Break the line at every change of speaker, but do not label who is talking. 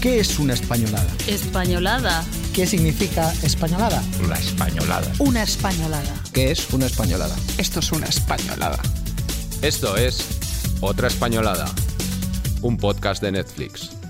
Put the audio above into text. ¿Qué es una españolada?
Españolada.
¿Qué significa españolada?
La españolada.
Una españolada.
¿Qué es una españolada?
Esto es una españolada.
Esto es Otra Españolada, un podcast de Netflix.